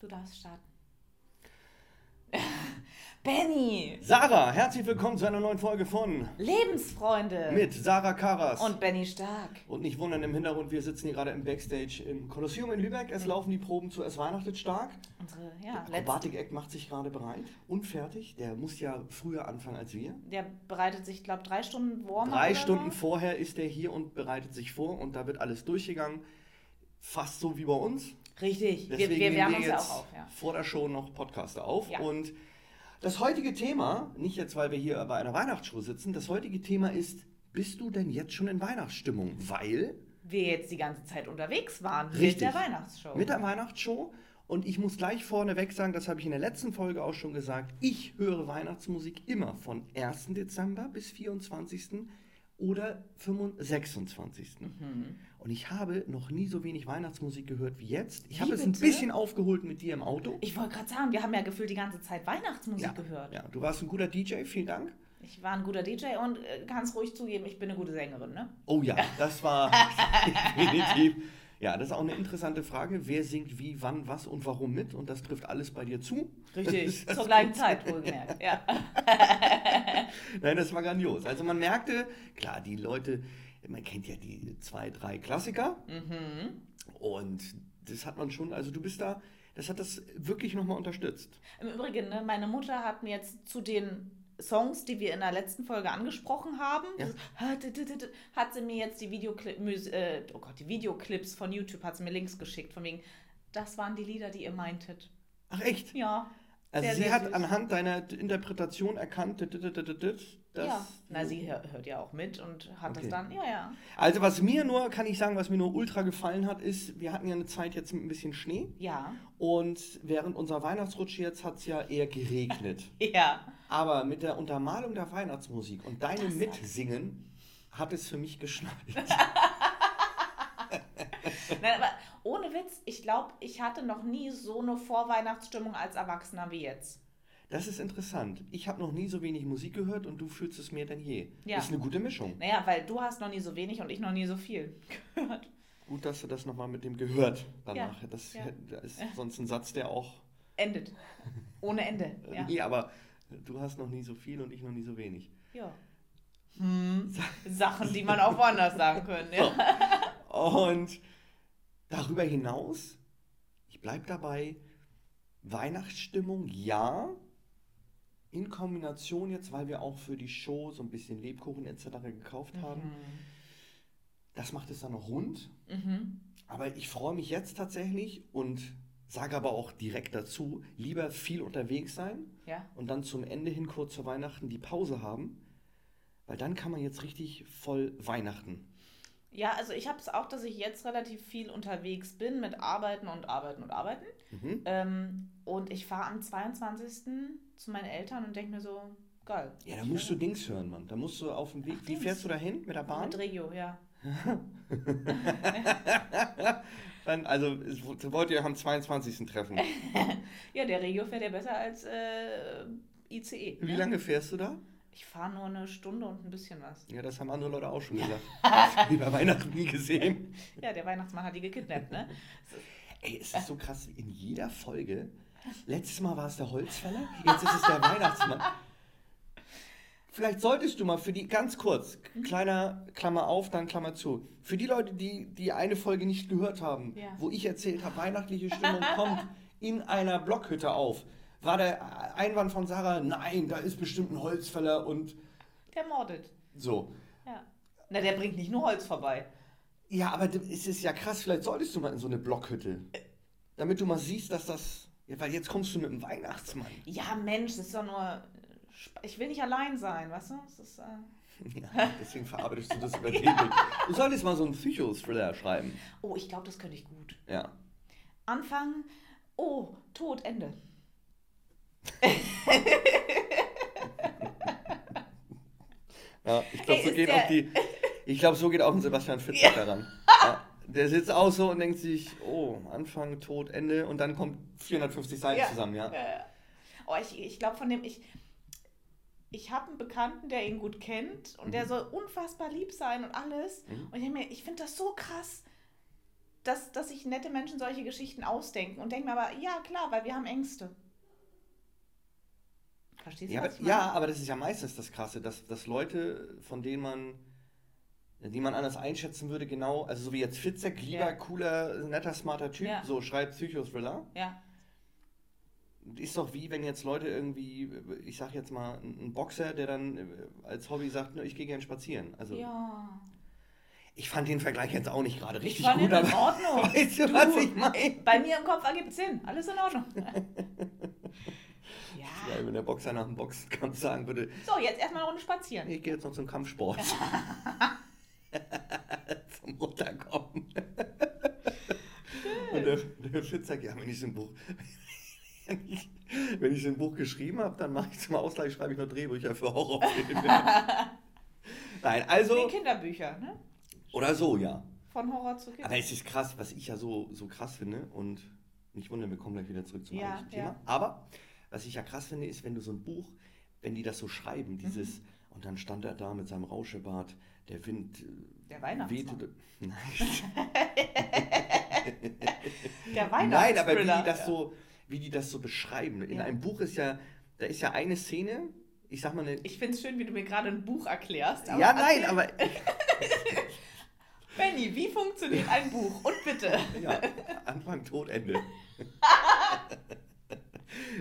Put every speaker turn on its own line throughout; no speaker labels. Du darfst starten. Benny!
Sarah, herzlich willkommen zu einer neuen Folge von
Lebensfreunde!
mit Sarah Karas.
Äh. Und Benny Stark.
Und nicht wundern im Hintergrund, wir sitzen hier gerade im Backstage im Kolosseum in Lübeck. Es laufen die Proben zu Es Weihnachtet stark.
Unsere, ja,
der
letzte.
Akrobatik-Act macht sich gerade bereit und fertig. Der muss ja früher anfangen als wir.
Der bereitet sich, glaube drei Stunden warm
Drei Stunden vorher ist er hier und bereitet sich vor und da wird alles durchgegangen. Fast so wie bei uns.
Richtig. Wir, wir
Deswegen nehmen
wärmen
wir
uns ja
jetzt
auch auf. Ja.
vor der Show noch Podcaster auf.
Ja.
Und das heutige Thema, nicht jetzt, weil wir hier bei einer Weihnachtsshow sitzen, das heutige Thema ist, bist du denn jetzt schon in Weihnachtsstimmung? Weil
Wir jetzt die ganze Zeit unterwegs waren
Richtig.
mit der Weihnachtsshow.
mit der Weihnachtsshow, und ich muss gleich vorneweg sagen, das habe ich in der letzten Folge auch schon gesagt, ich höre Weihnachtsmusik immer von 1. Dezember bis 24. oder 25 26.
Mhm.
Und ich habe noch nie so wenig Weihnachtsmusik gehört wie jetzt. Ich
Wie
habe es ein
bitte?
bisschen aufgeholt mit dir im Auto.
ich wollte gerade sagen, wir haben ja gefühlt die ganze Zeit Weihnachtsmusik
ja.
gehört.
Ja, du warst ein guter DJ, vielen Dank.
Ich war ein guter DJ und äh, kannst ruhig zugeben, ich bin eine gute Sängerin, ne?
Oh ja, das war definitiv. Ja, das ist auch eine interessante Frage. Wer singt wie, wann, was und warum mit? Und das trifft alles bei dir zu.
Richtig. Zur gleichen Zeit, wohlgemerkt. Ja.
Nein, das war grandios. Also man merkte, klar, die Leute, man kennt ja die zwei, drei Klassiker.
Mhm.
Und das hat man schon, also du bist da, das hat das wirklich nochmal unterstützt.
Im Übrigen, ne, meine Mutter hat mir jetzt zu den Songs, die wir in der letzten Folge angesprochen haben,
Ja.
dieses- hat sie mir jetzt die, Videoclip, Müs- äh, oh Gott, die Videoclips von YouTube, hat sie mir Links geschickt, von wegen, das waren die Lieder, die ihr meintet.
Ach echt?
Ja.
Also
sehr,
sie
sehr
hat
süß.
anhand deiner D- Interpretation erkannt, d- d- d- d- d- d- dass...
ja. Na, sie hör, hört ja auch mit und hat
Okay.
das dann, ja, ja.
Also was mir nur, kann ich sagen, was mir nur ultra gefallen hat, ist, wir hatten ja eine Zeit jetzt mit ein bisschen Schnee.
Ja.
Und während unserer Weihnachtsrutsche jetzt hat es ja eher geregnet.
Ja.
Aber mit der Untermalung der Weihnachtsmusik und deinem
Das-
Mitsingen hat es für mich geschneit.
Nein, aber ohne Witz, ich glaube, ich hatte noch nie so eine Vorweihnachtsstimmung als Erwachsener wie jetzt.
Das ist interessant. Ich habe noch nie so wenig Musik gehört und du fühlst es mehr denn je.
Ja.
Ist eine gute Mischung.
Naja, weil du hast noch nie so wenig und ich noch nie so viel gehört.
Gut, dass du das nochmal mit dem gehört danach.
Ja,
Das
ja.
das ist sonst ein Satz, der auch.
Endet. Ohne Ende.
Ja.
Ja.
Nee, aber du hast noch nie so viel und ich noch nie so wenig.
ja. Hm. Sachen, die man auch woanders sagen könnte. Ja.
Und darüber hinaus, ich bleibe dabei, Weihnachtsstimmung ja, in Kombination jetzt, weil wir auch für die Show so ein bisschen Lebkuchen etc. gekauft haben. Das macht es dann noch rund.
Hm. Mhm.
Aber ich freue mich jetzt tatsächlich und sage aber auch direkt dazu, lieber viel unterwegs sein
ja.
und dann zum Ende hin kurz vor Weihnachten die Pause haben, weil dann kann man jetzt richtig voll Weihnachten.
Ja, also ich habe es auch, dass ich jetzt relativ viel unterwegs bin mit Arbeiten und Arbeiten und Arbeiten.
Mhm.
Ähm, und ich fahre am 22. zu meinen Eltern und denke mir so, geil.
Ja, da musst du Dings hören, Mann. Da musst du auf dem Weg.
Ach,
wie
Dings.
fährst du da hin? Mit der Bahn?
Mit Regio, ja.
Dann, also, es wo- wollt ihr am 22. treffen.
Ja, der Regio fährt ja besser als äh, ICE.
Wie
ne?
lange fährst du da?
Ich fahre nur eine Stunde und ein bisschen was.
Ja, das haben andere Leute auch schon gesagt. Das hab ich bei Weihnachten nie gesehen.
Ja, der Weihnachtsmann hat die gekidnappt, ne?
Ey, es ist so krass, in jeder Folge. Letztes Mal war es der Holzfäller, jetzt ist es der Weihnachtsmann. Vielleicht solltest du mal für die, ganz kurz, kleiner Klammer auf, dann Klammer zu. Für die Leute, die die eine Folge nicht gehört haben,
Ja.
wo ich erzählt habe, weihnachtliche Stimmung kommt in einer Blockhütte auf, war der Einwand von Sarah, nein, da ist bestimmt ein Holzfäller und
Der mordet.
so.
Ja. Na, der bringt nicht nur Holz vorbei.
Ja, aber d- es ist ja krass, vielleicht solltest du mal in so eine Blockhütte. Damit du mal siehst, dass das. Ja, weil jetzt kommst du mit dem Weihnachtsmann.
Ja, Mensch, das ist doch nur. Sp- Ich will nicht allein sein, weißt du? Das ist, äh
Ja, deswegen verarbeitest du das über den Weg. Du solltest mal so einen Psychothriller schreiben.
oh, ich glaube, das könnte ich gut.
Ja.
Anfang. Oh, Tod, Ende.
ja ich glaube,
Ey,
so
ist
geht
der-
auch die. Ich glaube, so geht auch ein Sebastian Fitzek daran. Ja, der sitzt auch so und denkt sich, oh, Anfang, Tod, Ende und dann kommt 450 Seiten
Ja.
zusammen, ja.
Äh, oh, ich, ich glaube, von dem. Ich, ich habe einen Bekannten, der ihn gut kennt und der soll unfassbar lieb sein und alles.
Mhm.
Und ich denke mir, ich finde das so krass. dass, dass sich nette Menschen solche Geschichten ausdenken und denken mir aber, ja klar, weil wir haben Ängste. Verstehst du?
Ja,
was
aber,
ich meine?
ja, aber das ist ja meistens das Krasse, dass, dass Leute, von denen man, die man anders einschätzen würde, genau, also so wie jetzt Fitzek, lieber,
Ja.
cooler, netter, smarter Typ,
Ja.
so schreibt Psychothriller.
ja.
Ist doch wie, wenn jetzt Leute irgendwie, ich sag jetzt mal, ein ein Boxer, der dann äh, als Hobby sagt, "Nö, ich gehe gern spazieren. Also
ja.
ich fand den Vergleich jetzt auch nicht gerade richtig
ich fand
gut,
ihn in
aber
Ordnung.
weißt du,
Du,
was ich meine?
Bei mir im Kopf ergibt Sinn. Alles in Ordnung. ja.
Ja, wenn der Boxer nach dem Boxkampf sagen würde,
So, jetzt erstmal eine Runde spazieren.
ich gehe jetzt noch zum Kampfsport. zum Runterkommen. Und der, der Fitz sagt, ja, wenn ich so ein Buch, wenn ich, wenn ich so ein Buch geschrieben habe, dann mache ich zum Ausgleich, schreibe ich nur Drehbücher für Horrorfilme. Nein,
Nee,
also,
Kinderbücher, ne?
oder so, ja.
Von Horror zu Kind.
Aber es ist krass, was ich ja so, so krass finde und nicht wundern, wir kommen gleich wieder zurück zum
Ja,
eigentlichen
ja.
Thema. Aber was ich ja krass finde, ist, wenn du so ein Buch, wenn die das so
Mhm.
schreiben, dieses und dann stand er da mit seinem Rauschebart, der Wind äh,
Der Weihnachtsmann.
wehte. Nein,
Der
Nein, aber wie die
Weihnachtsthriller.
das so, wie die das so beschreiben. In
Ja.
einem Buch ist ja, da ist ja eine Szene, ich sag mal eine.
Ich finde es schön, wie du mir gerade ein Buch erklärst.
ja, nein,
erzähl-
aber
Benny, wie funktioniert ein Buch? Und bitte.
Ja, Anfang, Tod, Ende.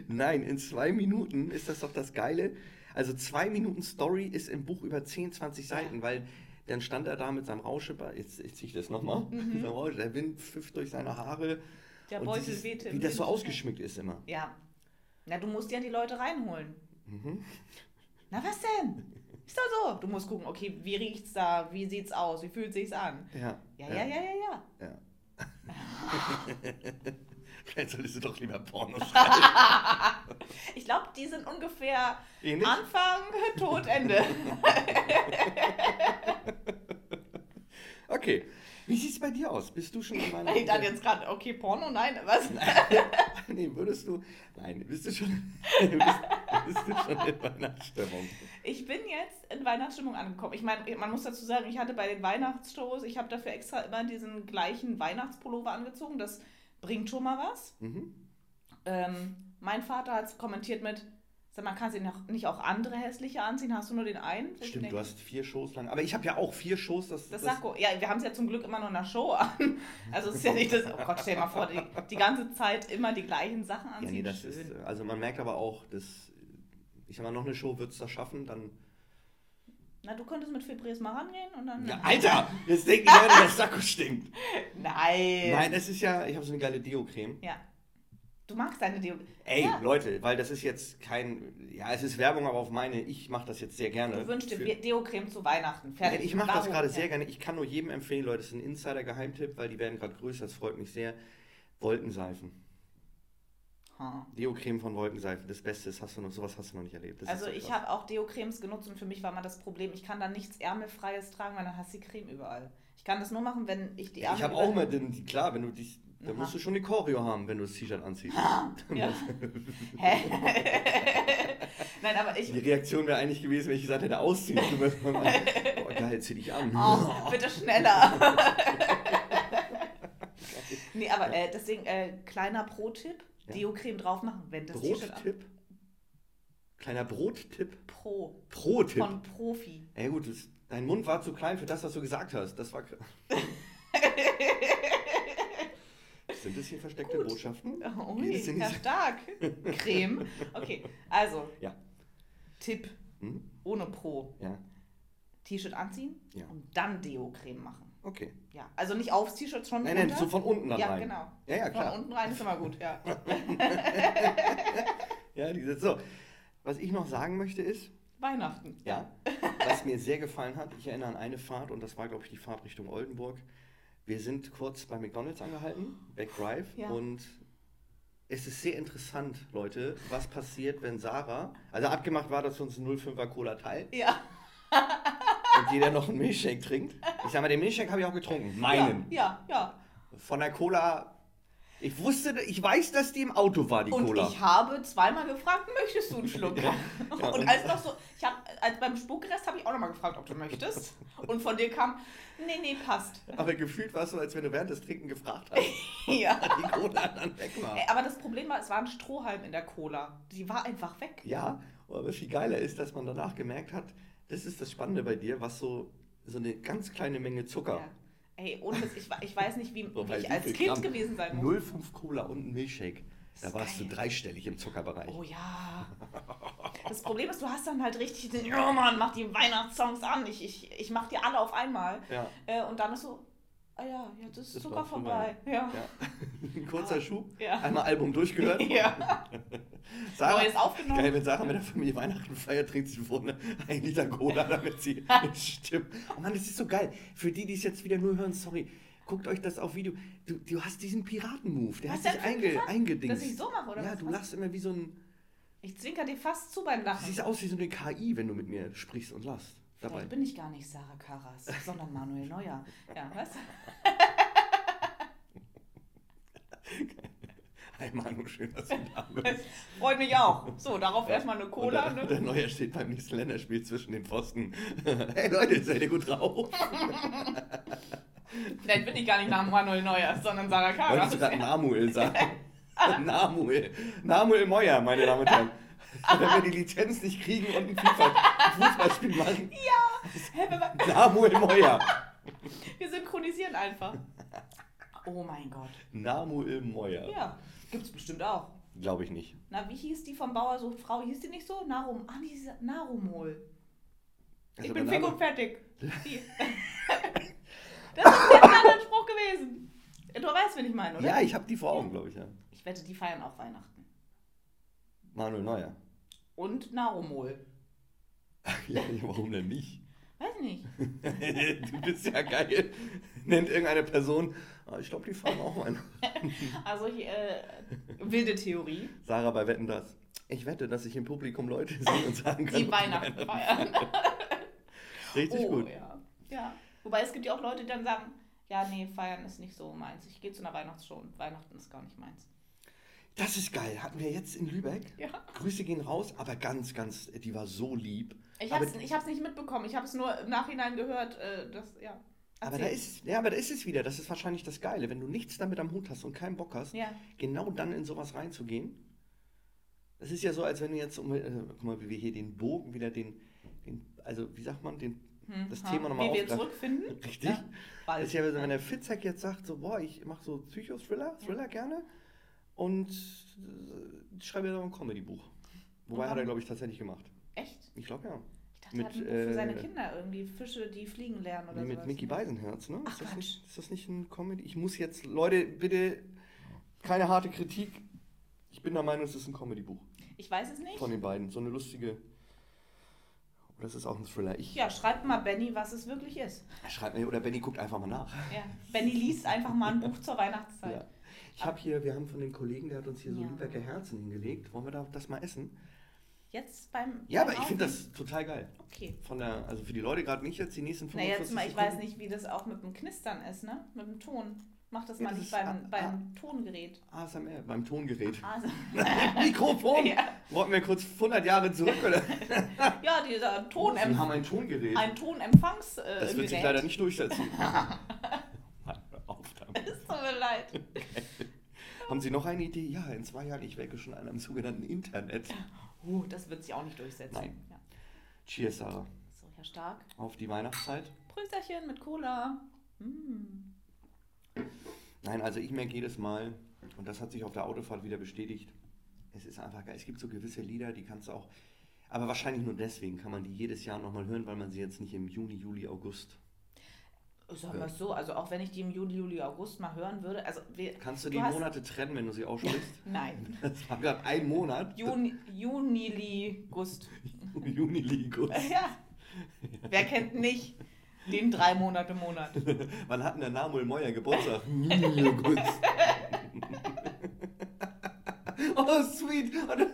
Nein, in zwei Minuten ist das doch das Geile. Also zwei Minuten Story ist im Buch über 10, 20 Seiten, weil dann stand er da mit seinem Rauschebart, jetzt, jetzt ziehe ich das nochmal,
Mhm.
der Wind pfifft durch seine Haare.
Der
und
Beutel
dieses,
wehte. im
Wie das so
Wind.
ausgeschmückt ist immer.
Ja. Na, du musst ja die Leute reinholen.
Mhm.
Na, was denn? Ist doch so. Du musst gucken, okay, wie riecht's da? Wie sieht's aus? Wie fühlt sich's an?
Ja,
Ja, ja, ja, ja, ja.
ja. Vielleicht solltest du doch lieber Pornos schreiben.
Ich glaube, die sind ungefähr
Ähnlich?
Anfang, Tod, Ende.
Okay. Wie sieht's bei dir aus? Bist du schon in meiner
Ich dachte jetzt gerade, okay, Porno, nein, was?
nee, würdest du. Nein, bist du schon, bist, bist du schon in Weihnachtsstimmung?
Ich bin jetzt in Weihnachtsstimmung angekommen. Ich meine, man muss dazu sagen, ich hatte bei den Weihnachtsshows, ich habe dafür extra immer diesen gleichen Weihnachtspullover angezogen. Das bringt schon mal was.
Mhm.
Ähm, mein Vater hat kommentiert mit, sag mal, kannst du noch- nicht auch andere hässliche anziehen? Hast du nur den einen? Wo ich
Stimmt,
denke,
du hast vier Shows lang. Aber ich habe ja auch vier Shows. Das,
Das Sakko, ja, wir haben es ja zum Glück immer nur in der Show an. Also es ist ja nicht das, oh Gott, stell dir mal vor, die, die ganze Zeit immer die gleichen Sachen
Ja,
anziehen.
nee, das
Schön.
ist. Also man merkt aber auch, dass. Ich sag mal, noch eine Show wird es da schaffen, dann.
Na, du könntest mit Fibres mal rangehen und dann...
Ja, Alter! Jetzt denken die Leute, das Sakko stinkt.
Nein!
Nein, das ist ja. Ich habe so eine geile Deo-Creme.
Ja. Du magst deine Deo...
Ey,
Ja.
Leute, weil das ist jetzt kein. Ja, es ist Werbung, aber auf meine. Ich mache das jetzt sehr gerne.
Du wünschst dir
Für-
Deo-Creme zu Weihnachten. Fertig.
Nein, ich mache das
Warum?
gerade
Ja.
sehr gerne. Ich kann nur jedem empfehlen, Leute, das ist ein Insider-Geheimtipp, weil die werden gerade größer, das freut mich sehr. Wolkenseifen.
Ha.
Deo-Creme von Wolkenseifen, das Beste ist, hast du noch, sowas hast du noch nicht erlebt. Das
Also
ist so
ich
krass.
habe auch Deo-Cremes genutzt und für mich war mal das Problem, ich kann dann nichts Ärmelfreies tragen, weil dann hast du die Creme überall. Ich kann das nur machen, wenn ich die Ärmel...
Ich habe auch mal, den, klar, wenn du dich, da
Aha.
musst du schon eine Choreo haben, wenn du das T-Shirt anziehst.
Ja. Hä? Nein, aber
Die
ich...
Reaktion wäre eigentlich gewesen, wenn ich gesagt hätte, ausziehen. Du wärst mal- Boah, geil, zieh dich an.
Oh, bitte schneller. nee, aber äh, deswegen, äh, kleiner Pro-Tipp,
Ja.
Deo-Creme drauf machen, wenn das T-Shirt an...
Brottipp? Kleiner Brottipp?
Pro.
Pro-Tipp.
Von Profi.
Ja gut, das, dein Mund war zu klein für das, was du gesagt hast. Das war. kr- Sind das hier versteckte
Gut.
Botschaften?
Oh,
Geht es in
ja,
diese-
stark. Creme. Okay, also.
Ja.
Tipp
Hm?
ohne Pro.
Ja,
T-Shirt anziehen
ja.
und dann Deo-Creme machen.
Okay.
Ja, also nicht aufs T-Shirt, schon
Nein,
runter.
nein, so von unten dann
ja,
rein.
genau.
Ja, ja, klar.
Von unten rein ist immer gut, ja.
Ja, diese, so. Was ich noch sagen möchte ist,
Weihnachten.
ja, was mir sehr gefallen hat, ich erinnere an eine Fahrt und das war, glaube ich, die Fahrt Richtung Oldenburg. Wir sind kurz bei McDonalds angehalten, Back Drive,
Ja.
und es ist sehr interessant, Leute, was passiert, wenn Sarah, also abgemacht war, dass wir uns einen 05er Cola teilen,
Ja.
und jeder noch einen Milchshake trinkt. Ich sag mal, den Milchshake habe ich auch getrunken.
Ja, ja, ja.
Von der Cola. Ich wusste, ich weiß, dass die im Auto war, die
Und
Cola.
ich habe zweimal gefragt, möchtest du einen Schluck?
Ja, ja,
und
und-
als noch so, ich habe, als beim Spuckrest habe ich auch nochmal gefragt, ob du möchtest. Und von dir kam, nee, nee, passt.
Aber gefühlt war es so, als wenn du während des Trinken gefragt hast,
Ja.
die Cola dann weg war.
Ey, Aber das Problem war, es war ein Strohhalm in der Cola. Die war einfach weg.
Ja, aber was viel geiler ist, dass man danach gemerkt hat, das ist das Spannende bei dir, was so, so eine ganz kleine Menge Zucker.
Ja. Ey, ohne Witz, ich, wa- ich weiß nicht, wie,
So,
wie
weil
ich
wie
als
viel
Kind
Gramm?
gewesen sein muss.
0,5 Cola und ein Milchshake. Da
ist
warst
geil.
du dreistellig im Zuckerbereich.
Oh ja. Das Problem ist, du hast dann halt richtig den, ja Mann, mach die Weihnachtssongs an. Ich, ich, ich mach die alle auf einmal.
Ja,
Äh, und dann ist so, ah ja, jetzt ist
Das
Zucker
war
vorbei. Ja.
ja. Ein kurzer Schub,
Ja.
einmal Album durchgehört.
ja.
Sarah,
Neues aufgenommen.
Geil, wenn Sarah mit der Familie Weihnachten feiert, trinkt sie vorne ein Liter Cola, damit sie stimmt. Oh Mann, das ist so geil. Für die, die es jetzt wieder nur hören, sorry, guckt euch das auf Video. Du, du hast diesen Piraten-Move, der
Was
hat
denn
sich
für ein
einge
Pirat?
eingedingst.
Dass ich so mache, oder
Ja,
was?
du
Was?
lachst immer wie so ein...
Ich zwinker dir fast zu beim
Du
Lachen.
siehst aus wie so eine KI, wenn du mit mir sprichst und lachst dabei.
Vielleicht bin ich gar nicht Sarah Karas, sondern Manuel Neuer. Ja, was?
Hi Manu, oh, schön, dass du da bist.
Freut mich auch. So, darauf erstmal eine Also Cola.
und der,
Ne?
der Neuer steht beim nächsten Länderspiel zwischen den Pfosten. hey Leute, seid ihr gut drauf?
Vielleicht bin ich gar nicht nach Manuel Neuer, sondern Sarah Karas.
Wolltest du gerade Namuel sagen? Namuel. Namuel Meuer, meine Damen und Herren. Wenn wir die Lizenz nicht kriegen und ein FIFA Fußballspiel machen.
Hä, wenn man-
Namuel Meuer.
Wir synchronisieren einfach. Oh mein Gott.
Namuel Meuer.
Ja, gibt's bestimmt auch.
Glaube ich nicht.
Na, wie hieß die vom Bauer sucht Frau? Hieß die nicht so? Narum. Ah, die hieß Narumol.
Also
ich bin
bei
fix
Namu-
und fertig. Die. das ist jetzt ein anderer Spruch gewesen. Du weißt, wen ich meine, oder?
Ja, ich habe die vor Augen, glaube ich. Ja.
Ich wette, die feiern auch Weihnachten.
Manuel Neuer.
Und Narumol.
Ja, warum denn nicht?
Weiß nicht.
du bist ja geil. Nennt irgendeine Person. Ah, Ich glaube, die fahren auch mal.
Also ich, äh, wilde Theorie.
Sarah bei Wetten das. Ich wette, dass ich im Publikum Leute sehen und sagen kann.
Die Weihnachten feiern.
Richtig
oh,
gut.
ja. ja. Wobei es gibt ja auch Leute, die dann sagen, ja, nee, feiern ist nicht so meins. Ich gehe zu einer Weihnachtsshow und Weihnachten ist gar nicht meins.
Das ist geil. Hatten wir jetzt in Lübeck.
Ja.
Grüße gehen raus, aber ganz, ganz, die war so lieb.
Ich
aber
hab's, ich hab's nicht mitbekommen. Ich hab's nur im Nachhinein gehört, äh, dass, ja.
aber da
Erzähl.
ist ja, aber da ist es wieder. Das ist wahrscheinlich das Geile, wenn du nichts damit am Hut hast und keinen Bock hast,
Ja.
genau dann in sowas reinzugehen. Das ist ja so, als wenn du jetzt, um- äh, guck mal, wie wir hier den Bogen wieder den, den also wie sagt man, den,
Hm,
das
ha.
Thema nochmal
Wie wir
aufgreifen.
zurückfinden.
Richtig.
Ja, bald.
Das ist ja, so, wenn der Fitzek jetzt sagt, so, boah, ich mache so Psycho-Thriller, Thriller gerne und äh, schreibe jetzt auch ein Comedy-Buch. Wobei hat er,
dann-
glaube ich, tatsächlich gemacht.
Echt?
Ich glaube, ja.
Ich dachte,
Mit,
er hat ein Buch für seine
äh,
Kinder irgendwie. Fische, die fliegen lernen oder
Nee, mit
sowas.
Mickey
ne?
Beisenherz, ne?
Ach,
ist, das
Quatsch.
nicht, ist das nicht ein Comedy? Ich muss jetzt, Leute, bitte keine harte Kritik. Ich bin der Meinung, es ist ein Comedy-Buch
Ich weiß es nicht.
von den beiden. So eine lustige. Oder es ist auch ein Thriller. Ich
Ja, schreibt mal Benny, was es wirklich ist.
schreib mir, oder Benny guckt einfach mal nach.
Ja. Benny liest einfach mal ein Buch zur Weihnachtszeit.
Ja. Ich habe hier, wir haben von dem Kollegen, der hat uns hier so
Ja.
Lübecker Herzen hingelegt. Wollen wir da das mal essen?
Jetzt beim.
Ja,
beim
aber ich finde
Aufnehmen.
das total geil.
Okay.
Von der, also für die Leute gerade nicht jetzt die nächsten
Na,
45
jetzt mal, ich
Sekunden.
weiß nicht, wie das auch mit dem Knistern ist, ne? Mit dem Ton. Mach das
Ja,
mal
das
nicht
ist-
beim,
ah,
beim Tongerät.
ASMR beim Tongerät.
Also,
Mikrofon!
Ja.
Wollten wir kurz 100 Jahre zurück oder?
ja, dieser
Wir
Tonempfang.
haben ein Tongerät.
Ein Tonempfangs. Äh,
das wird sich
Gerät.
leider nicht durchsetzen. Mann, hör auf damit.
Es tut mir leid.
Haben Sie noch eine Idee? Ja, in zwei Jahren, ich wecke schon an einem sogenannten Internet.
Oh, das wird sich auch nicht durchsetzen.
Nein.
Ja.
Cheers, Sarah.
So, Herr Stark.
Auf die Weihnachtszeit.
Prösterchen mit Cola. Mm.
Nein, also ich merke jedes Mal, und das hat sich auf der Autofahrt wieder bestätigt, es ist einfach geil. Es gibt so gewisse Lieder, die kannst du auch, aber wahrscheinlich nur deswegen kann man die jedes Jahr nochmal hören, weil man sie jetzt nicht im Juni, Juli, August.
Sagen wir es so, also auch wenn ich die im Juli, Juli, August mal hören würde. Also, wir,
Kannst du die
hast-
Monate trennen, wenn du sie aussprichst?
Nein.
Das war gerade ein Monat.
Juni, Juni, August.
Juni, Juli, August.
Äh, Ja. Wer kennt nicht den drei Monate Monat?
Wann hat denn der Namul Meuer Geburtstag? Juni, August. oh, sweet. Und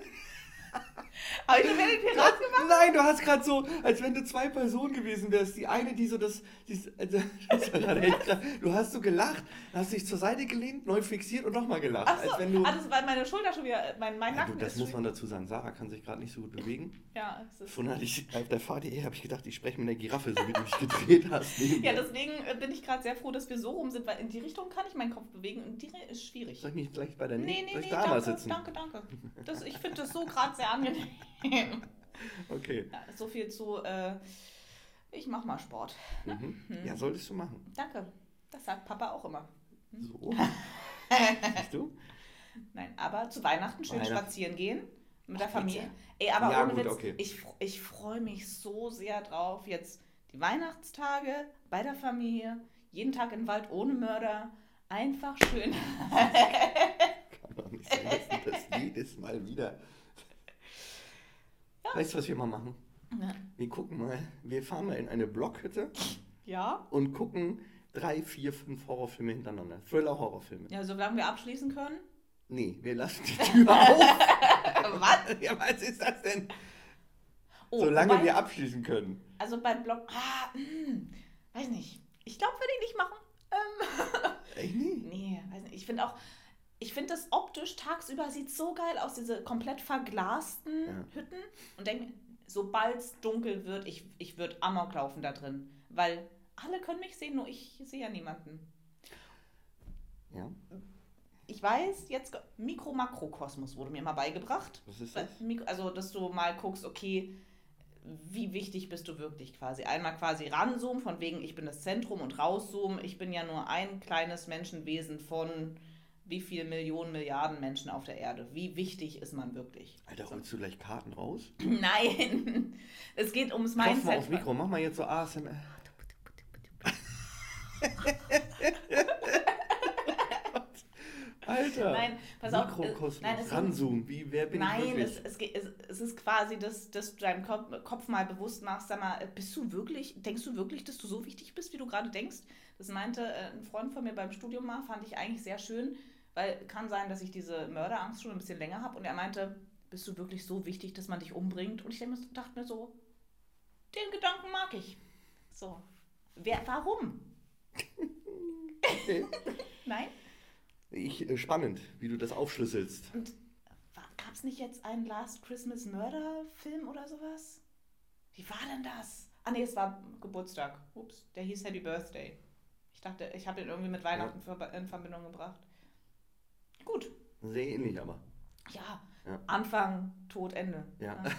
Habe ich schon wieder den Pirat gemacht?
Nein, du hast gerade so, als wenn du zwei Personen gewesen wärst. Die eine, die so das. Die, ist- also, das war gerade echt krass. du hast so gelacht, hast dich zur Seite gelehnt, neu fixiert und nochmal gelacht.
Achso,
als wenn du,
ah, das war meine Schulter schon wieder, äh, mein, mein
ja,
Nacken
du, das
ist
muss
schon,
man dazu sagen. Sarah kann sich gerade nicht so gut bewegen.
Ja, es ist,
Von hatte ich auf der Fahrt hierher habe ich gedacht, ich spreche mit der Giraffe, so wie du mich gedreht hast.
ja, deswegen äh, bin ich gerade sehr froh, dass wir so rum sind, weil in die Richtung kann ich meinen Kopf bewegen und die Re- ist schwierig.
Soll ich mich gleich bei der
Nee, nee,
Soll ich
nee,
da mal
danke,
sitzen?
danke, danke. Das, ich finde das so gerade sehr angenehm.
Okay.
Ja, so viel zu, äh, ich mach mal Sport.
Mhm. Ja, solltest du machen.
Danke. Das sagt Papa auch immer.
So. Siehst du?
Nein, aber zu Weihnachten schön
Weihnachten.
spazieren gehen mit der
Ach,
Familie.
bitte.
Ey, aber
Ja,
ohne
gut,
Witz,
okay.
ich, fr- ich freue mich so sehr drauf, jetzt die Weihnachtstage bei der Familie, jeden Tag im Wald ohne Mörder, einfach schön.
Kann man nicht vergessen, das jedes Mal wieder. Weißt du, was wir mal machen? Wir gucken mal, wir fahren mal in eine Blockhütte
Ja?
und gucken drei, vier, fünf Horrorfilme hintereinander. Thriller-Horrorfilme.
Ja, solange wir abschließen können.
Nee, wir lassen die Tür auf.
Was?
Ja, was ist das denn?
Oh,
Solange
wobei-
wir abschließen können.
Also beim Blog. Ah, hm, weiß nicht. Ich glaube, würde ich nicht machen.
Echt nie?
Nee, weiß nicht. Ich finde auch, ich finde das optisch tagsüber sieht so geil aus, diese komplett verglasten
Ja.
Hütten. Und denke, sobald es dunkel wird, ich, ich würde Amok laufen da drin. Weil alle können mich sehen, nur ich sehe ja niemanden.
Ja,
Ich weiß, jetzt ge- Mikro-Makrokosmos wurde mir mal beigebracht.
was ist das?
Mikro- Also, dass du mal guckst, okay, wie wichtig bist du wirklich quasi? Einmal quasi ranzoomen, von wegen, ich bin das Zentrum und rauszoomen, ich bin ja nur ein kleines Menschenwesen von wie viel Millionen, Milliarden Menschen auf der Erde. Wie wichtig ist man wirklich?
Alter,
so.
holst du gleich Karten raus?
Nein, es geht ums
Klopf mal aufs
Mindset.
Mikro, mach mal jetzt so ASMR. Alter.
Nein, pass auf. äh,
Mikrokosmos,
Nein, es,
ranzoomen, wie, wer bin ich
nein es,
wirklich?
es, geht- es, es ist quasi, dass, dass du deinem Kopf, Kopf mal bewusst machst, sag mal, bist du wirklich, denkst du wirklich, dass du so wichtig bist, wie du gerade denkst? Das meinte äh, ein Freund von mir beim Studium mal, fand ich eigentlich sehr schön, weil kann sein, dass ich diese Mörderangst schon ein bisschen länger habe und er meinte, bist du wirklich so wichtig, dass man dich umbringt? Und ich denk mir so- dachte mir so, den Gedanken mag ich. So, wer, warum?
Okay.
Nein?
Ich, äh, spannend, wie du das aufschlüsselst.
Gab es nicht jetzt einen Last Christmas Murder Film oder sowas? Wie war denn das? Ah nee, es war Geburtstag. Ups, der hieß Happy Birthday. Ich dachte, ich habe den irgendwie mit Weihnachten verba- in Verbindung gebracht. Gut.
Sehr ähnlich aber.
Ja.
Ja.
Anfang, Tod, Ende.
Ja.
Ja.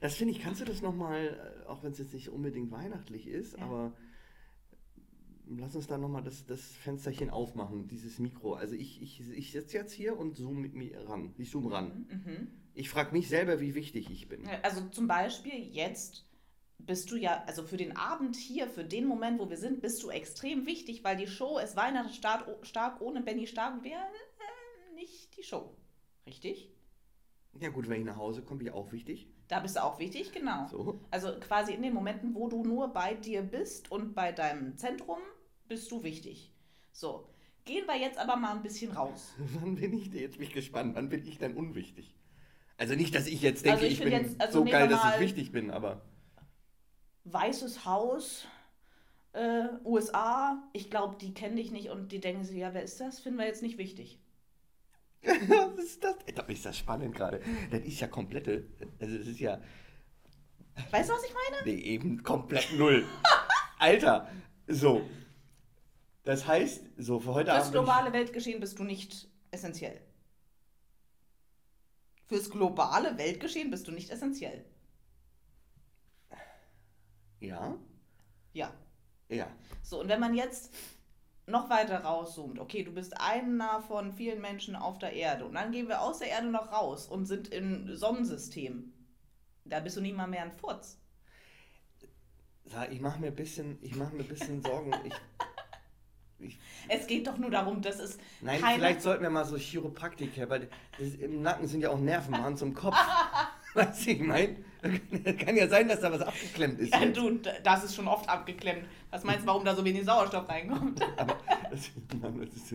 Das finde ich, kannst du das nochmal, äh, auch wenn es jetzt nicht unbedingt weihnachtlich ist,
Ja.
aber ähm, lass uns da nochmal das, das Fensterchen aufmachen, dieses Mikro. Also ich, ich, ich sitze jetzt hier und zoome mit mir ran. Ich zoome ran.
mhm.
Ich frage mich selber, wie wichtig ich bin.
Also zum Beispiel jetzt bist du ja, also für den Abend hier, für den Moment, wo wir sind, bist du extrem wichtig, weil die Show ist Weihnachten stark, stark ohne Benny Stark wäre äh, nicht die Show. Richtig?
Ja gut, wenn ich nach Hause komme, bin ich auch wichtig.
Da bist du auch wichtig, genau.
So.
Also quasi in den Momenten, wo du nur bei dir bist und bei deinem Zentrum, bist du wichtig. So, gehen wir jetzt aber mal ein bisschen raus.
Wann bin ich denn? Jetzt bin ich gespannt. Wann bin ich denn unwichtig? Also nicht, dass ich jetzt denke,
Also ich
ich,
bin
bin
jetzt- also
so
nehmen wir
geil, dass
mal-
ich wichtig bin, aber
Weißes Haus, äh, USA, ich glaube, die kennen dich nicht und die denken sich, ja, wer ist das? Finden wir jetzt nicht wichtig.
was ist das? Ey, doch, ist das spannend gerade. Das ist ja komplette, also das ist ja
Weißt du, was ich meine?
nee, eben komplett null. Alter, so. Das heißt, so für heute
Fürs
Abend bin
globale Weltgeschehen bist du nicht essentiell. Fürs globale Weltgeschehen bist du nicht essentiell.
ich, ja,
Ja.
ja.
So, und wenn man jetzt noch weiter rauszoomt, okay, du bist einer von vielen Menschen auf der Erde und dann gehen wir aus der Erde noch raus und sind im Sonnensystem, da bist du nicht mal mehr ein Furz.
Sag, Ich mache mir ein bisschen, ich mache mir ein bisschen Sorgen. Ich, ich
Es geht doch nur darum, dass es
Nein,
keine...
vielleicht sollten wir mal so Chiropraktiker, weil das, im Nacken sind ja auch Nerven, machen zum Kopf. Weißt du, ich meine, kann ja sein, dass da was abgeklemmt ist.
Ja,
jetzt.
du, das ist schon oft abgeklemmt. Was meinst du, warum da so wenig Sauerstoff reinkommt?
Aber das, Mann, das ist,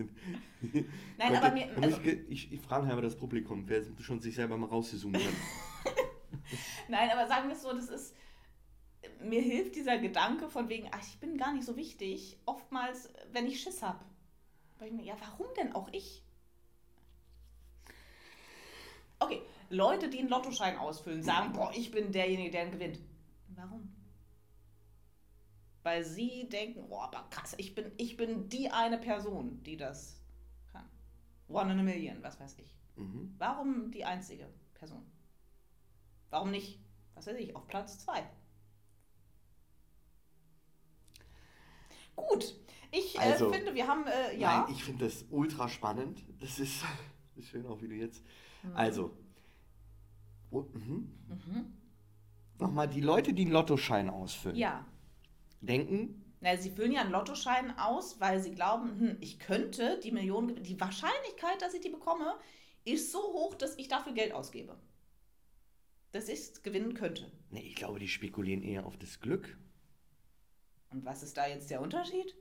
Nein, aber mir- also-
Da muss ich, ge- ich, ich frage einmal das Publikum, wer schon sich selber mal rausgezoomt hat.
Nein, aber sagen wir es so, das ist. Mir hilft dieser Gedanke von wegen, ach, ich bin gar nicht so wichtig, oftmals, wenn ich Schiss habe. Weil ich mir, ja, warum denn auch ich? Okay, Leute, die einen Lottoschein ausfüllen, sagen, boah, ich bin derjenige, der ihn gewinnt. Warum? Weil sie denken, boah, aber krass, ich bin, ich bin die eine Person, die das kann. One in a million, was weiß ich.
Mhm.
Warum die einzige Person? Warum nicht, was weiß ich, auf Platz 2? Gut, ich äh,
Also,
finde, wir haben, äh, ja.
Nein, ich finde das ultra spannend. Das ist, das ist schön auch, wie du jetzt. Also, oh, mhm.
mhm.
nochmal die Leute, die einen Lottoschein ausfüllen,
Ja.
denken,
Na, sie füllen ja einen Lottoschein aus, weil sie glauben, hm, ich könnte die Million, gew- die Wahrscheinlichkeit, dass ich die bekomme, ist so hoch, dass ich dafür Geld ausgebe. Dass ich es gewinnen könnte.
nee, ich glaube, die spekulieren eher auf das Glück,
Und was ist da jetzt der Unterschied?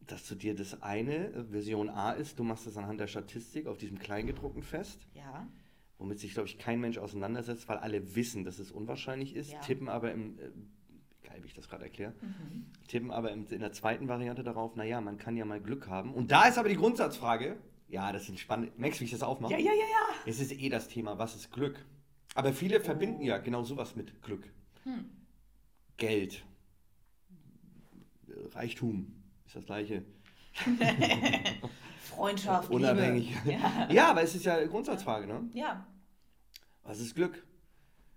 dass du dir das eine äh, Version A ist, du machst das anhand der Statistik auf diesem Kleingedruckten fest,
Ja.
womit sich, glaube ich, kein Mensch auseinandersetzt, weil alle wissen, dass es unwahrscheinlich ist,
Ja.
tippen aber im, äh, geil, wie ich das gerade erkläre,
Mhm.
tippen aber im, in der zweiten Variante darauf, naja, man kann ja mal Glück haben. Und da ist aber die Grundsatzfrage, ja, das sind spannende, merkst du, wie ich das aufmache?
Ja, ja, ja, ja. Oh.
Es ist eh das Thema, was ist Glück? Aber viele verbinden ja genau sowas mit Glück.
Hm.
Geld, Reichtum ist das gleiche.
Freundschaft,
Unabhängig.
Liebe. Ja.
Ja, aber es ist ja eine Grundsatzfrage, ne?
ja,
Was ist Glück?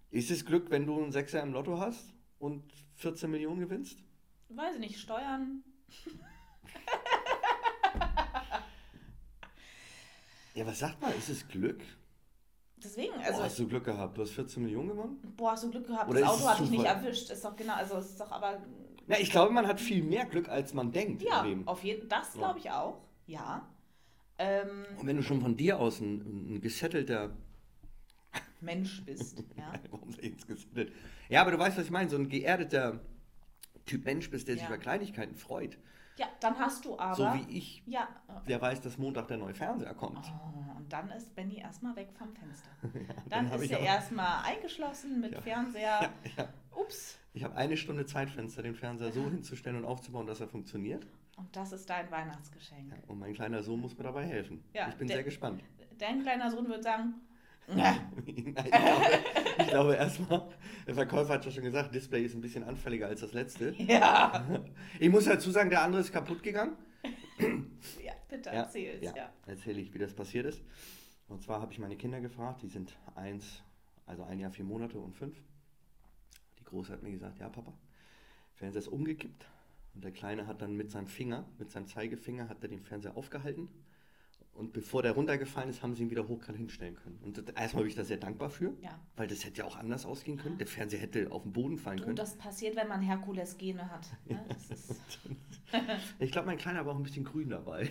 Ist es Glück, wenn du einen Sechser im Lotto hast und 14 Millionen gewinnst?
weiß ich nicht, Steuern.
Ja, was sagt man? Ist es Glück?
Deswegen,
Also,
also,
Boah, hast du Glück gehabt? Du hast 14 Millionen gewonnen?
boah, hast du Glück gehabt,
Oder
das
ist es
Auto hat dich nicht
Zufall?
erwischt. Ist doch genau, also es ist doch aber,
Na, ich glaube, man hat viel mehr Glück, als man denkt
ja,
im Leben.
auf jeden das
Ja.
glaube ich auch, ja. Ähm,
Und wenn du schon von dir aus ein, ein gesettelter
Mensch bist, ja.
Warum sei jetzt gesendet? Ja, aber du weißt, was ich meine. So ein geerdeter Typ Mensch bist, der sich
Ja.
über Kleinigkeiten freut.
Ja, dann hast du aber,
so wie ich,
ja,
der weiß, dass Montag der neue Fernseher kommt.
oh, und dann ist Benny erstmal weg vom Fenster.
den
Dann
hab
ist
ich
er
aber-
erstmal eingeschlossen mit
Ja.
Fernseher.
Ja.
Ups.
Ich habe eine Stunde Zeitfenster, den Fernseher so hinzustellen und aufzubauen, dass er funktioniert.
Und das ist dein Weihnachtsgeschenk.
Ja, Und mein kleiner Sohn muss mir dabei helfen.
Ja,
ich bin
der-
sehr gespannt.
Dein kleiner Sohn wird sagen,
Nein, ich glaube, ich glaube erstmal, der Verkäufer hat ja schon gesagt, Display ist ein bisschen anfälliger als das letzte.
ja,
Ich muss dazu sagen, der andere ist kaputt gegangen.
ja bitte erzähl's, ja.
ja. erzähle ich, wie das passiert ist. Und zwar habe ich meine Kinder gefragt, die sind eins, also ein Jahr, vier Monate und fünf. Die Große hat mir gesagt, ja Papa, Fernseher ist umgekippt. Und der Kleine hat dann mit seinem Finger, mit seinem Zeigefinger, hat er den Fernseher aufgehalten. Und bevor der runtergefallen ist, haben sie ihn wieder hochkant hinstellen können. Und das- erstmal bin ich da sehr dankbar für,
ja.
weil das hätte ja auch anders ausgehen können. Der Fernseher hätte auf den Boden fallen
Du,
können.
das passiert, wenn man Herkules-Gene hat. Ne? Das ist,
Ich glaube, mein Kleiner war auch ein bisschen grün dabei.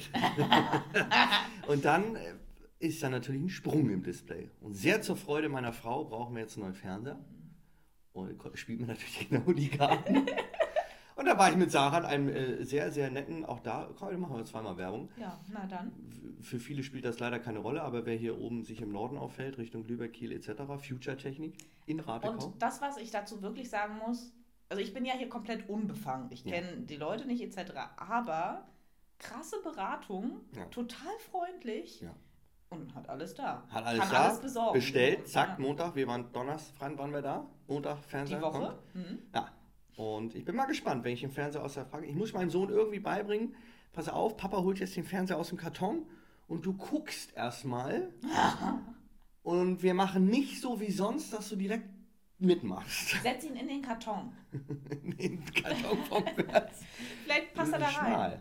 und dann äh, ist da natürlich ein Sprung im Display. Und sehr zur Freude meiner Frau brauchen wir jetzt einen neuen Fernseher. Und ko- spielt mir natürlich genau die Karten. Und da war ich mit Sarah an einem äh, sehr, sehr netten, auch da, komm, wir machen wir zweimal Werbung.
ja, na dann.
W- Für viele spielt das leider keine Rolle, aber wer hier oben sich im Norden auffällt, Richtung Lübeck, Kiel etc., Future Technik in Ratekau.
Und das, was ich dazu wirklich sagen muss, also ich bin ja hier komplett unbefangen. Ich
Ja.
kenne die Leute nicht etc. Aber krasse Beratung,
Ja.
total freundlich
Ja.
und hat alles da.
Hat alles
Kann
da,
alles besorgen.
bestellt, zack,
Ja.
Montag, wir waren Donnerstag, waren wir da, Montag, Fernseher
Die Woche.
kommt.
Mhm.
Ja, und ich bin mal gespannt, wenn ich den Fernseher aus der Frage. Ich muss meinem Sohn irgendwie beibringen, pass auf, Papa holt jetzt den Fernseher aus dem Karton und du guckst erstmal. und wir machen nicht so wie sonst, dass du direkt mitmachst.
Setz ihn in den Karton.
in den Karton vom Fernseher.
Vielleicht passt er da rein.
Schmal.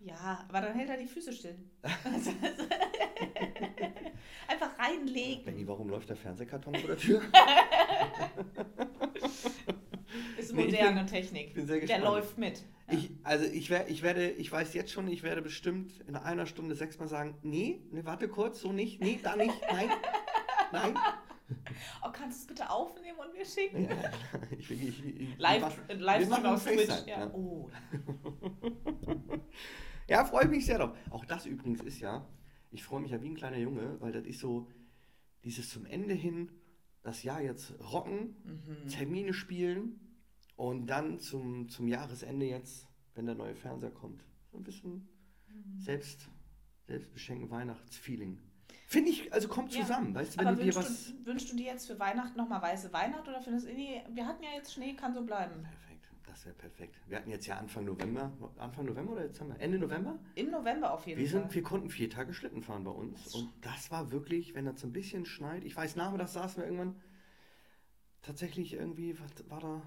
Ja, aber dann hält er die Füße still. Einfach reinlegen.
Benni, warum läuft der Fernsehkarton vor der Tür?
Ist
Nee, ich
moderne
bin-
Technik.
bin sehr
Der
gespannt.
läuft mit. Ja.
Ich, also ich, wer, ich werde, ich weiß jetzt schon, ich werde bestimmt in einer Stunde sechsmal sagen, nee, nee, warte kurz, so nicht, nee, da nicht, nein, nein.
Oh, kannst du es bitte aufnehmen und mir schicken?
Ja, ich, ich, ich, ich,
Live,
wir
live
machen
auf Twitch.
FaceTime,
Ja.
ja.
Oh,
Ja, freue mich sehr drauf. Auch das übrigens ist ja, ich freue mich ja wie ein kleiner Junge, weil das ist so, dieses zum Ende hin, das Jahr jetzt rocken,
Mhm.
Termine spielen und dann zum, zum Jahresende jetzt, wenn der neue Fernseher kommt. So ein bisschen
Mhm.
selbst, selbstbeschenken Weihnachtsfeeling. Finde ich, also kommt
Ja.
zusammen, weißt du, wenn
Aber
du dir
wünschst
was.
du, wünschst du dir jetzt für Weihnachten nochmal weiße Weihnacht oder findest du, nee, wir hatten ja jetzt Schnee, kann so bleiben.
Perfekt, das wäre perfekt. Wir hatten jetzt ja Anfang November, Anfang November oder Dezember? Ende November?
Im November auf jeden
Wir,
Fall.
sind, wir konnten vier Tage Schlitten fahren bei
Das
uns.
ist
Und das war wirklich, wenn das so ein bisschen schneit. Ich weiß, nachmittags saßen wir irgendwann tatsächlich irgendwie, was war da? Einen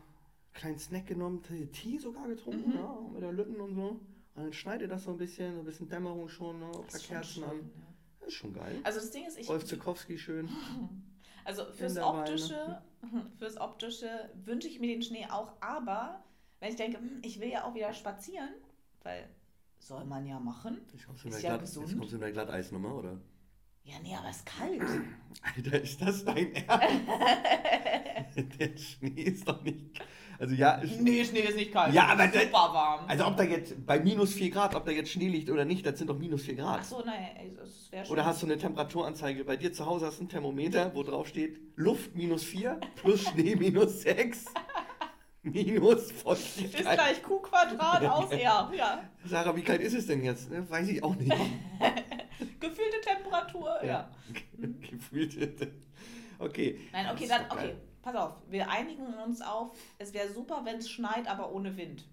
Kleinen Snack genommen, Tee- Tee sogar getrunken,
Mhm.
ja, mit der Lütten und so. Und dann schneite das so ein bisschen, so ein bisschen Dämmerung schon, ne, ein
Das
paar
ist schon
Kerzen
schön,
an.
ja.
Das ist schon geil.
Also das Ding ist, ich,
Wolf Zukowski schön.
Also fürs
der
optische, fürs optische wünsche ich mir den Schnee auch, aber wenn ich denke, hm, ich will ja auch wieder spazieren, weil soll man ja machen.
Jetzt kommst du
Ist
mit
ja
der Glatt-
gesund.
jetzt kommst du mit der Glatteisnummer, oder?
Ja, nee, aber es ist kalt.
Alter, ist das dein Ernst? der Schnee ist doch nicht. Also ja, Schnee
nee, Schnee ist nicht kalt.
Ja, aber
Ist
das-
super warm.
Also ob da jetzt bei minus 4 Grad, ob da jetzt Schnee liegt oder nicht, das sind doch minus 4 Grad.
Achso, nein, es wäre schon.
Oder hast du eine Temperaturanzeige? Bei dir zu Hause hast du einen Thermometer, wo drauf steht Luft minus 4 plus Schnee minus 6 minus
ist
Feuchtigkeit.
gleich Q Quadrat aus R. Ja.
Sarah, wie kalt ist es denn jetzt? Ne, Weiß ich auch nicht.
Gefühlte Temperatur, ja.
Gefühlt. Okay.
Nein,
Das
okay,
ist
dann,
doch geil.
okay, pass auf. Wir einigen uns auf, es wäre super, wenn es schneit, aber ohne Wind.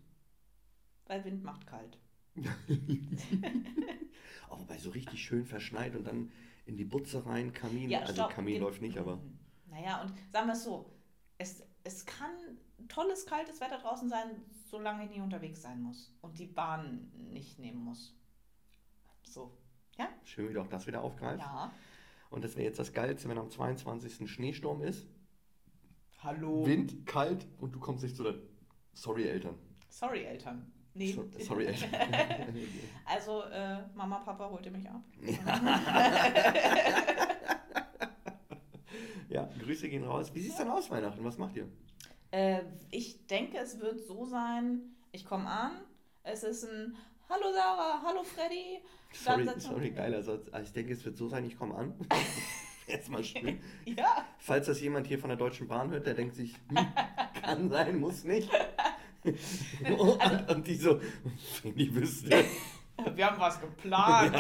Weil Wind macht kalt.
Auch wobei so richtig schön verschneit und dann in die Butze rein, Kamin. also
stopp,
Kamin
gen-
läuft nicht, aber.
Naja, und sagen wir es so, es, es kann tolles, kaltes Wetter draußen sein, solange ich nie unterwegs sein muss und die Bahn nicht nehmen muss. So.
Schön, wie du auch das wieder aufgreifst.
Ja.
Und das wäre jetzt das Geilste, wenn am 22. Schneesturm ist.
Hallo.
Wind, kalt und du kommst nicht zu der. Sorry, Eltern.
Sorry, Eltern. Nee.
So, sorry, Eltern.
Also, äh, Mama, Papa, holt ihr mich ab?
ja, Grüße gehen raus. Wie sieht's denn aus, Weihnachten? Was macht ihr?
Äh, ich denke, es wird so sein, ich komme an, es ist ein Hallo Sarah, hallo Freddy.
Sorry,
Dann-
sorry geiler Satz. Ah, Ich denke, es wird so sein, ich komme an. Jetzt mal schön.
Ja,
Falls das jemand hier von der Deutschen Bahn hört, der denkt sich, hm, kann sein, muss nicht. und, und die so, wenn die wüsste.
wir haben was geplant.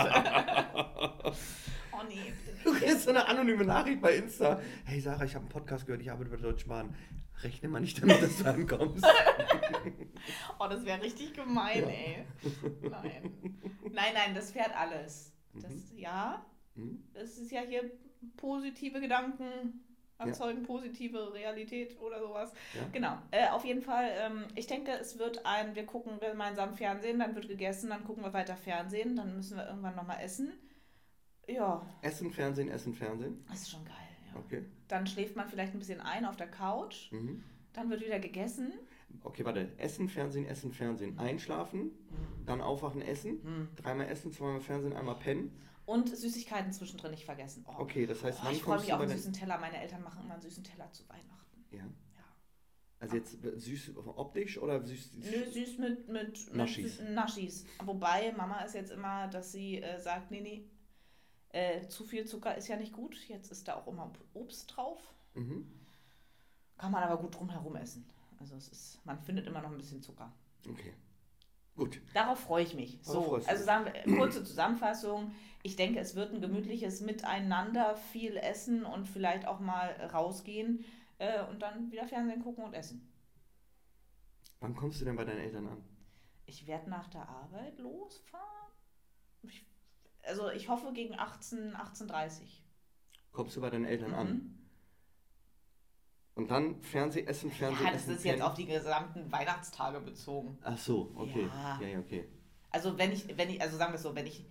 oh nee, bitte nicht.
Du kriegst so eine anonyme Nachricht bei Insta. Hey Sarah, ich habe einen Podcast gehört, ich arbeite bei der Deutschen Bahn. Rechne mal nicht damit, dass du ankommst.
Oh, das wäre richtig gemein,
Ja.
ey. Nein. Nein, nein, das fährt alles. Das,
Mhm.
Ja,
Hm?
das ist ja hier positive Gedanken erzeugen positive Realität oder sowas.
Ja.
Genau. Äh, auf jeden Fall, ähm, ich denke, es wird ein, wir gucken gemeinsam Fernsehen, dann wird gegessen, dann gucken wir weiter Fernsehen, dann müssen wir irgendwann nochmal essen. Ja,
Essen, Fernsehen, Essen, Fernsehen.
das ist schon geil. Ja.
Okay.
Dann schläft man vielleicht ein bisschen ein auf der Couch,
Mhm.
dann wird wieder gegessen.
Okay, warte. Essen, Fernsehen, Essen, Fernsehen. Einschlafen, dann aufwachen, essen. Dreimal essen, zweimal Fernsehen, einmal pennen.
Und Süßigkeiten zwischendrin nicht vergessen. Oh,
Okay, das heißt,
Oh,
wann
ich freue
kommst
mich
du
auf
bei
einen
den...
süßen Teller. Meine Eltern machen immer einen süßen Teller zu Weihnachten.
Ja.
Ja.
Also jetzt süß optisch oder süß...
Nö, süß mit, mit, mit
Naschis.
süßen Naschis. Wobei Mama ist jetzt immer, dass sie äh, sagt, nee, nee, äh, zu viel Zucker ist ja nicht gut. Jetzt ist da auch immer Obst drauf.
Mhm.
Kann man aber gut drumherum essen. Also es ist, man findet immer noch ein bisschen Zucker.
Okay. Gut.
Darauf freue ich mich.
Darauf
So,
freust du
also
dich.
sagen wir, kurze Zusammenfassung. Ich denke, es wird ein gemütliches Miteinander, viel essen und vielleicht auch mal rausgehen äh, und dann wieder Fernsehen gucken und essen.
Wann kommst du denn bei deinen Eltern an?
Ich werde nach der Arbeit losfahren. Ich, also ich hoffe gegen 18, 18.30 Uhr.
Kommst du bei deinen Eltern
Mhm.
an? Und dann Fernsehen, Essen, Fernsehen,
Ja, das
Essen,
ist jetzt
pennen.
auf die gesamten Weihnachtstage bezogen.
Ach so, okay.
Ja.
Ja, ja, okay.
Also wenn ich, wenn ich, also sagen wir es so, wenn ich,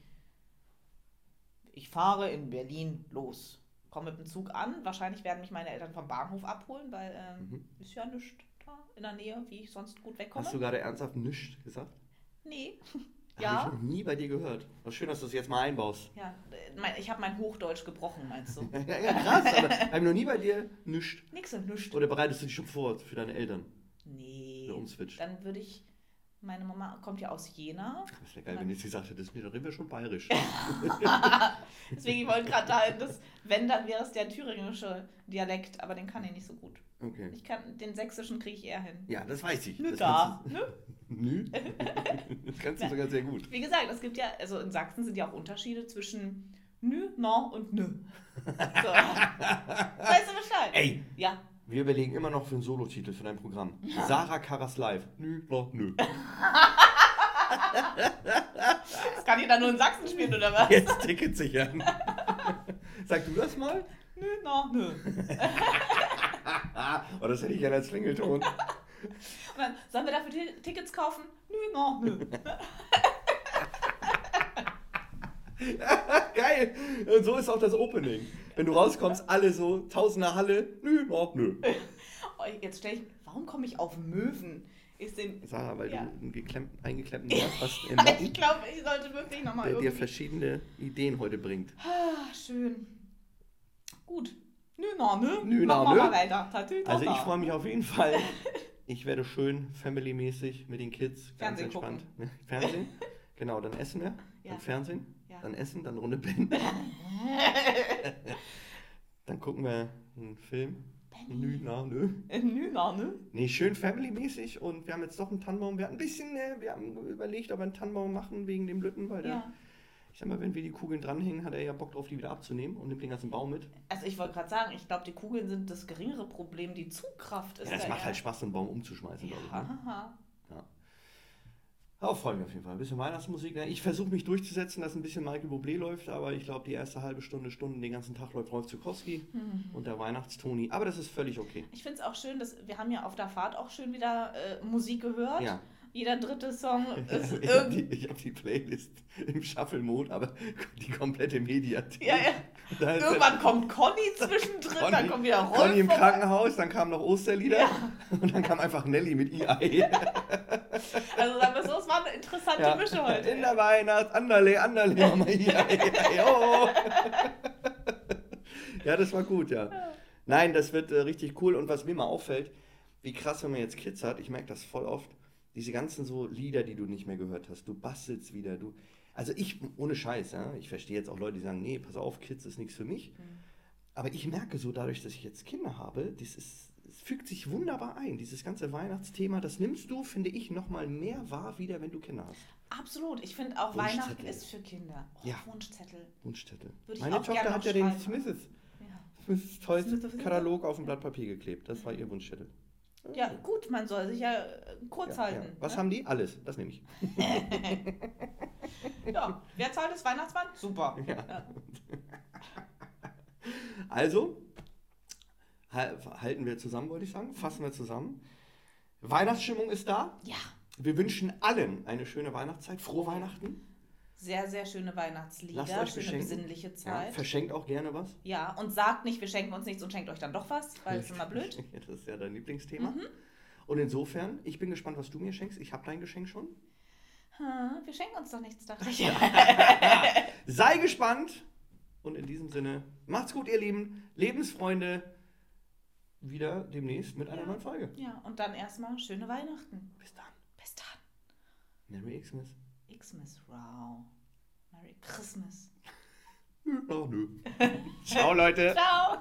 ich fahre in Berlin los, komme mit dem Zug an, wahrscheinlich werden mich meine Eltern vom Bahnhof abholen, weil ähm,
Mhm.
ist ja nichts da in der Nähe, wie ich sonst gut wegkomme.
Hast du gerade ernsthaft nichts gesagt?
Nee, Ja.
Habe ich noch nie bei dir gehört. Was schön, dass du es jetzt mal einbaust.
Ja, äh, mein- ich habe mein Hochdeutsch gebrochen, meinst du?
Ja, ja krass, aber habe ich noch nie bei dir nischt.
Nix und nüscht.
Oder bereitest du dich schon vor für deine Eltern?
Nee.
Oder umswitcht.
Dann würde ich. Meine Mama kommt ja aus Jena.
Das wäre geil, wenn jetzt gesagt hättest, nee, da reden wir schon bayerisch.
Deswegen wollte gerade da das, wenn, dann wäre es der thüringische Dialekt, aber den kann ich nicht so gut.
Okay.
Ich kann, den sächsischen kriege ich eher hin.
Ja, das weiß ich.
Nö,
Das
da.
kannst
Nö.
du- Nö. Das kannst du sogar sehr gut.
Wie gesagt, es gibt ja, also in Sachsen sind ja auch Unterschiede zwischen nü, no und nö. So. weißt du Bescheid?
Ey,
Ja,
wir überlegen immer noch für einen Solotitel für dein Programm. Sarah Karas Live. Nö, no, nö.
das kann ich dann nur in Sachsen spielen, oder was?
Jetzt ticket sich an. Sag du das mal?
Nü, no, nö. Und
Ah, oh, das hätte ich gerne als Klingelton.
dann, sollen wir dafür Ti- Tickets kaufen? Nü, no, nö.
Geil! Und so ist auch das Opening. Wenn du rauskommst, alle so, tausender Halle, nö, no, nö.
Oh, jetzt stelle ich, warum komme ich auf Möwen? Ist den.
Sarah, weil
Ja.
du einen geklemmten, eingeklemmten Nerv hast im
Ich
Nacken,
glaube, ich sollte wirklich nochmal
der dir
irgendwie.
verschiedene Ideen heute bringt.
Ah, schön. Gut. Nö, no, nö.
Nü, na,
Machen wir
nö.
mal weiter. Tatü,
Also ich
tata.
freue mich auf jeden Fall. Ich werde schön family-mäßig mit den Kids ganz
Fernsehen
entspannt. Ne? Fernsehen? Genau, dann essen wir.
Ja.
Dann Fernsehen.
Ja.
Dann essen, dann Runde Ben. dann gucken wir einen Film. ne? Nö, na, nö.
Äh, Nö, na, nö.
Nee, schön family-mäßig und wir haben jetzt doch einen Tannenbaum. Wir hatten ein bisschen, äh, wir haben überlegt, ob wir einen Tannenbaum machen wegen dem Lütten, weil der,
Ja.
ich sag mal, wenn wir die Kugeln dranhängen, hat er ja Bock drauf, die wieder abzunehmen und nimmt den ganzen Baum mit.
Also ich wollte gerade sagen, ich glaube, die Kugeln sind das geringere Problem. Die Zugkraft ist
ja, das
da
macht
eher-
halt Spaß, so einen Baum umzuschmeißen, glaube ich.
Ja,
Ne?
haha.
Ja. Aber freue mich auf jeden Fall. Ein bisschen Weihnachtsmusik. Ne? Ich versuche mich durchzusetzen, dass ein bisschen Michael Bublé läuft, aber ich glaube, die erste halbe Stunde, Stunde, den ganzen Tag läuft Rolf Zukowski
Mhm.
und der Weihnachtstoni. Aber das ist völlig okay.
Ich finde es auch schön, dass wir haben ja auf der Fahrt auch schön wieder äh, Musik gehört.
Ja.
Jeder dritte Song ist
Ich habe
irgendwie.
die, ich hab die Playlist im Shuffle-Mode, aber die komplette Mediathek.
Ja, ja.
Da ist
Irgendwann kommt Conny zwischendrin, dann kommt wieder Rolf.
Conny im
vorbei.
Krankenhaus, dann kamen noch Osterlieder
Ja.
und dann kam einfach Nelly mit IAE.
Also sagen wir so, es war eine interessante
Ja.
Mische heute.
In der Weihnacht, Anderle, Anderle, Mama IAE. Oh. Ja, das war gut, ja. Nein, das wird äh, richtig cool und was mir mal auffällt, wie krass, wenn man jetzt Kids hat, ich merke das voll oft, diese ganzen so Lieder, die du nicht mehr gehört hast, du bastelst wieder, du. Also ich, ohne Scheiß, ja, ich verstehe jetzt auch Leute, die sagen, nee, pass auf, Kids ist nichts für mich.
Hm.
Aber ich merke so, dadurch, dass ich jetzt Kinder habe, das ist, es fügt sich wunderbar ein. Dieses ganze Weihnachtsthema, das nimmst du, finde ich, nochmal mehr wahr wieder, wenn du Kinder hast.
Absolut. Ich finde auch
Wunschzettel.
Weihnachten ist für Kinder. Oh,
Ja.
Wunschzettel.
Wunschzettel.
Würde ich
Meine
auch
Tochter
gerne
hat ja den
aufschreiben.
Smiths,
Ja.
Smiths
Smiths-
Toys Katalog auf ein Blatt Papier geklebt. Das war ihr Wunschzettel.
ja, gut, man soll sich ja äh, kurz
Ja, ja.
halten.
Was
ne?
haben die? Alles. Das nehme ich.
Ja, wer zahlt das Weihnachtsmann? Super. Ja.
Also, hal- halten wir zusammen, wollte ich sagen. Fassen wir zusammen. Weihnachtsstimmung ist da.
ja.
Wir wünschen allen eine schöne Weihnachtszeit. Frohe Weihnachten.
Sehr, sehr schöne Weihnachtslieder,
Lasst euch
schöne
beschenken.
besinnliche
Ja,
Zeit. Ja,
verschenkt auch gerne was.
und sagt nicht, wir schenken uns nichts und schenkt euch dann doch was, weil es ist immer blöd. Mhm.
Das ist ja dein Lieblingsthema. Und insofern, ich bin gespannt, was du mir schenkst. Ich habe dein Geschenk schon.
Hm, wir schenken uns doch nichts, dachte ich.
Sei gespannt. Und in diesem Sinne, macht's gut, ihr Lieben. Lebensfreunde. Wieder demnächst mit einer
Ja.
neuen Folge.
Ja, und dann erstmal schöne Weihnachten.
Bis dann.
Bis dann.
Merry Xmas.
Xmas, wow. Merry Christmas.
Nö, Ach nö. Ciao, Leute.
Ciao.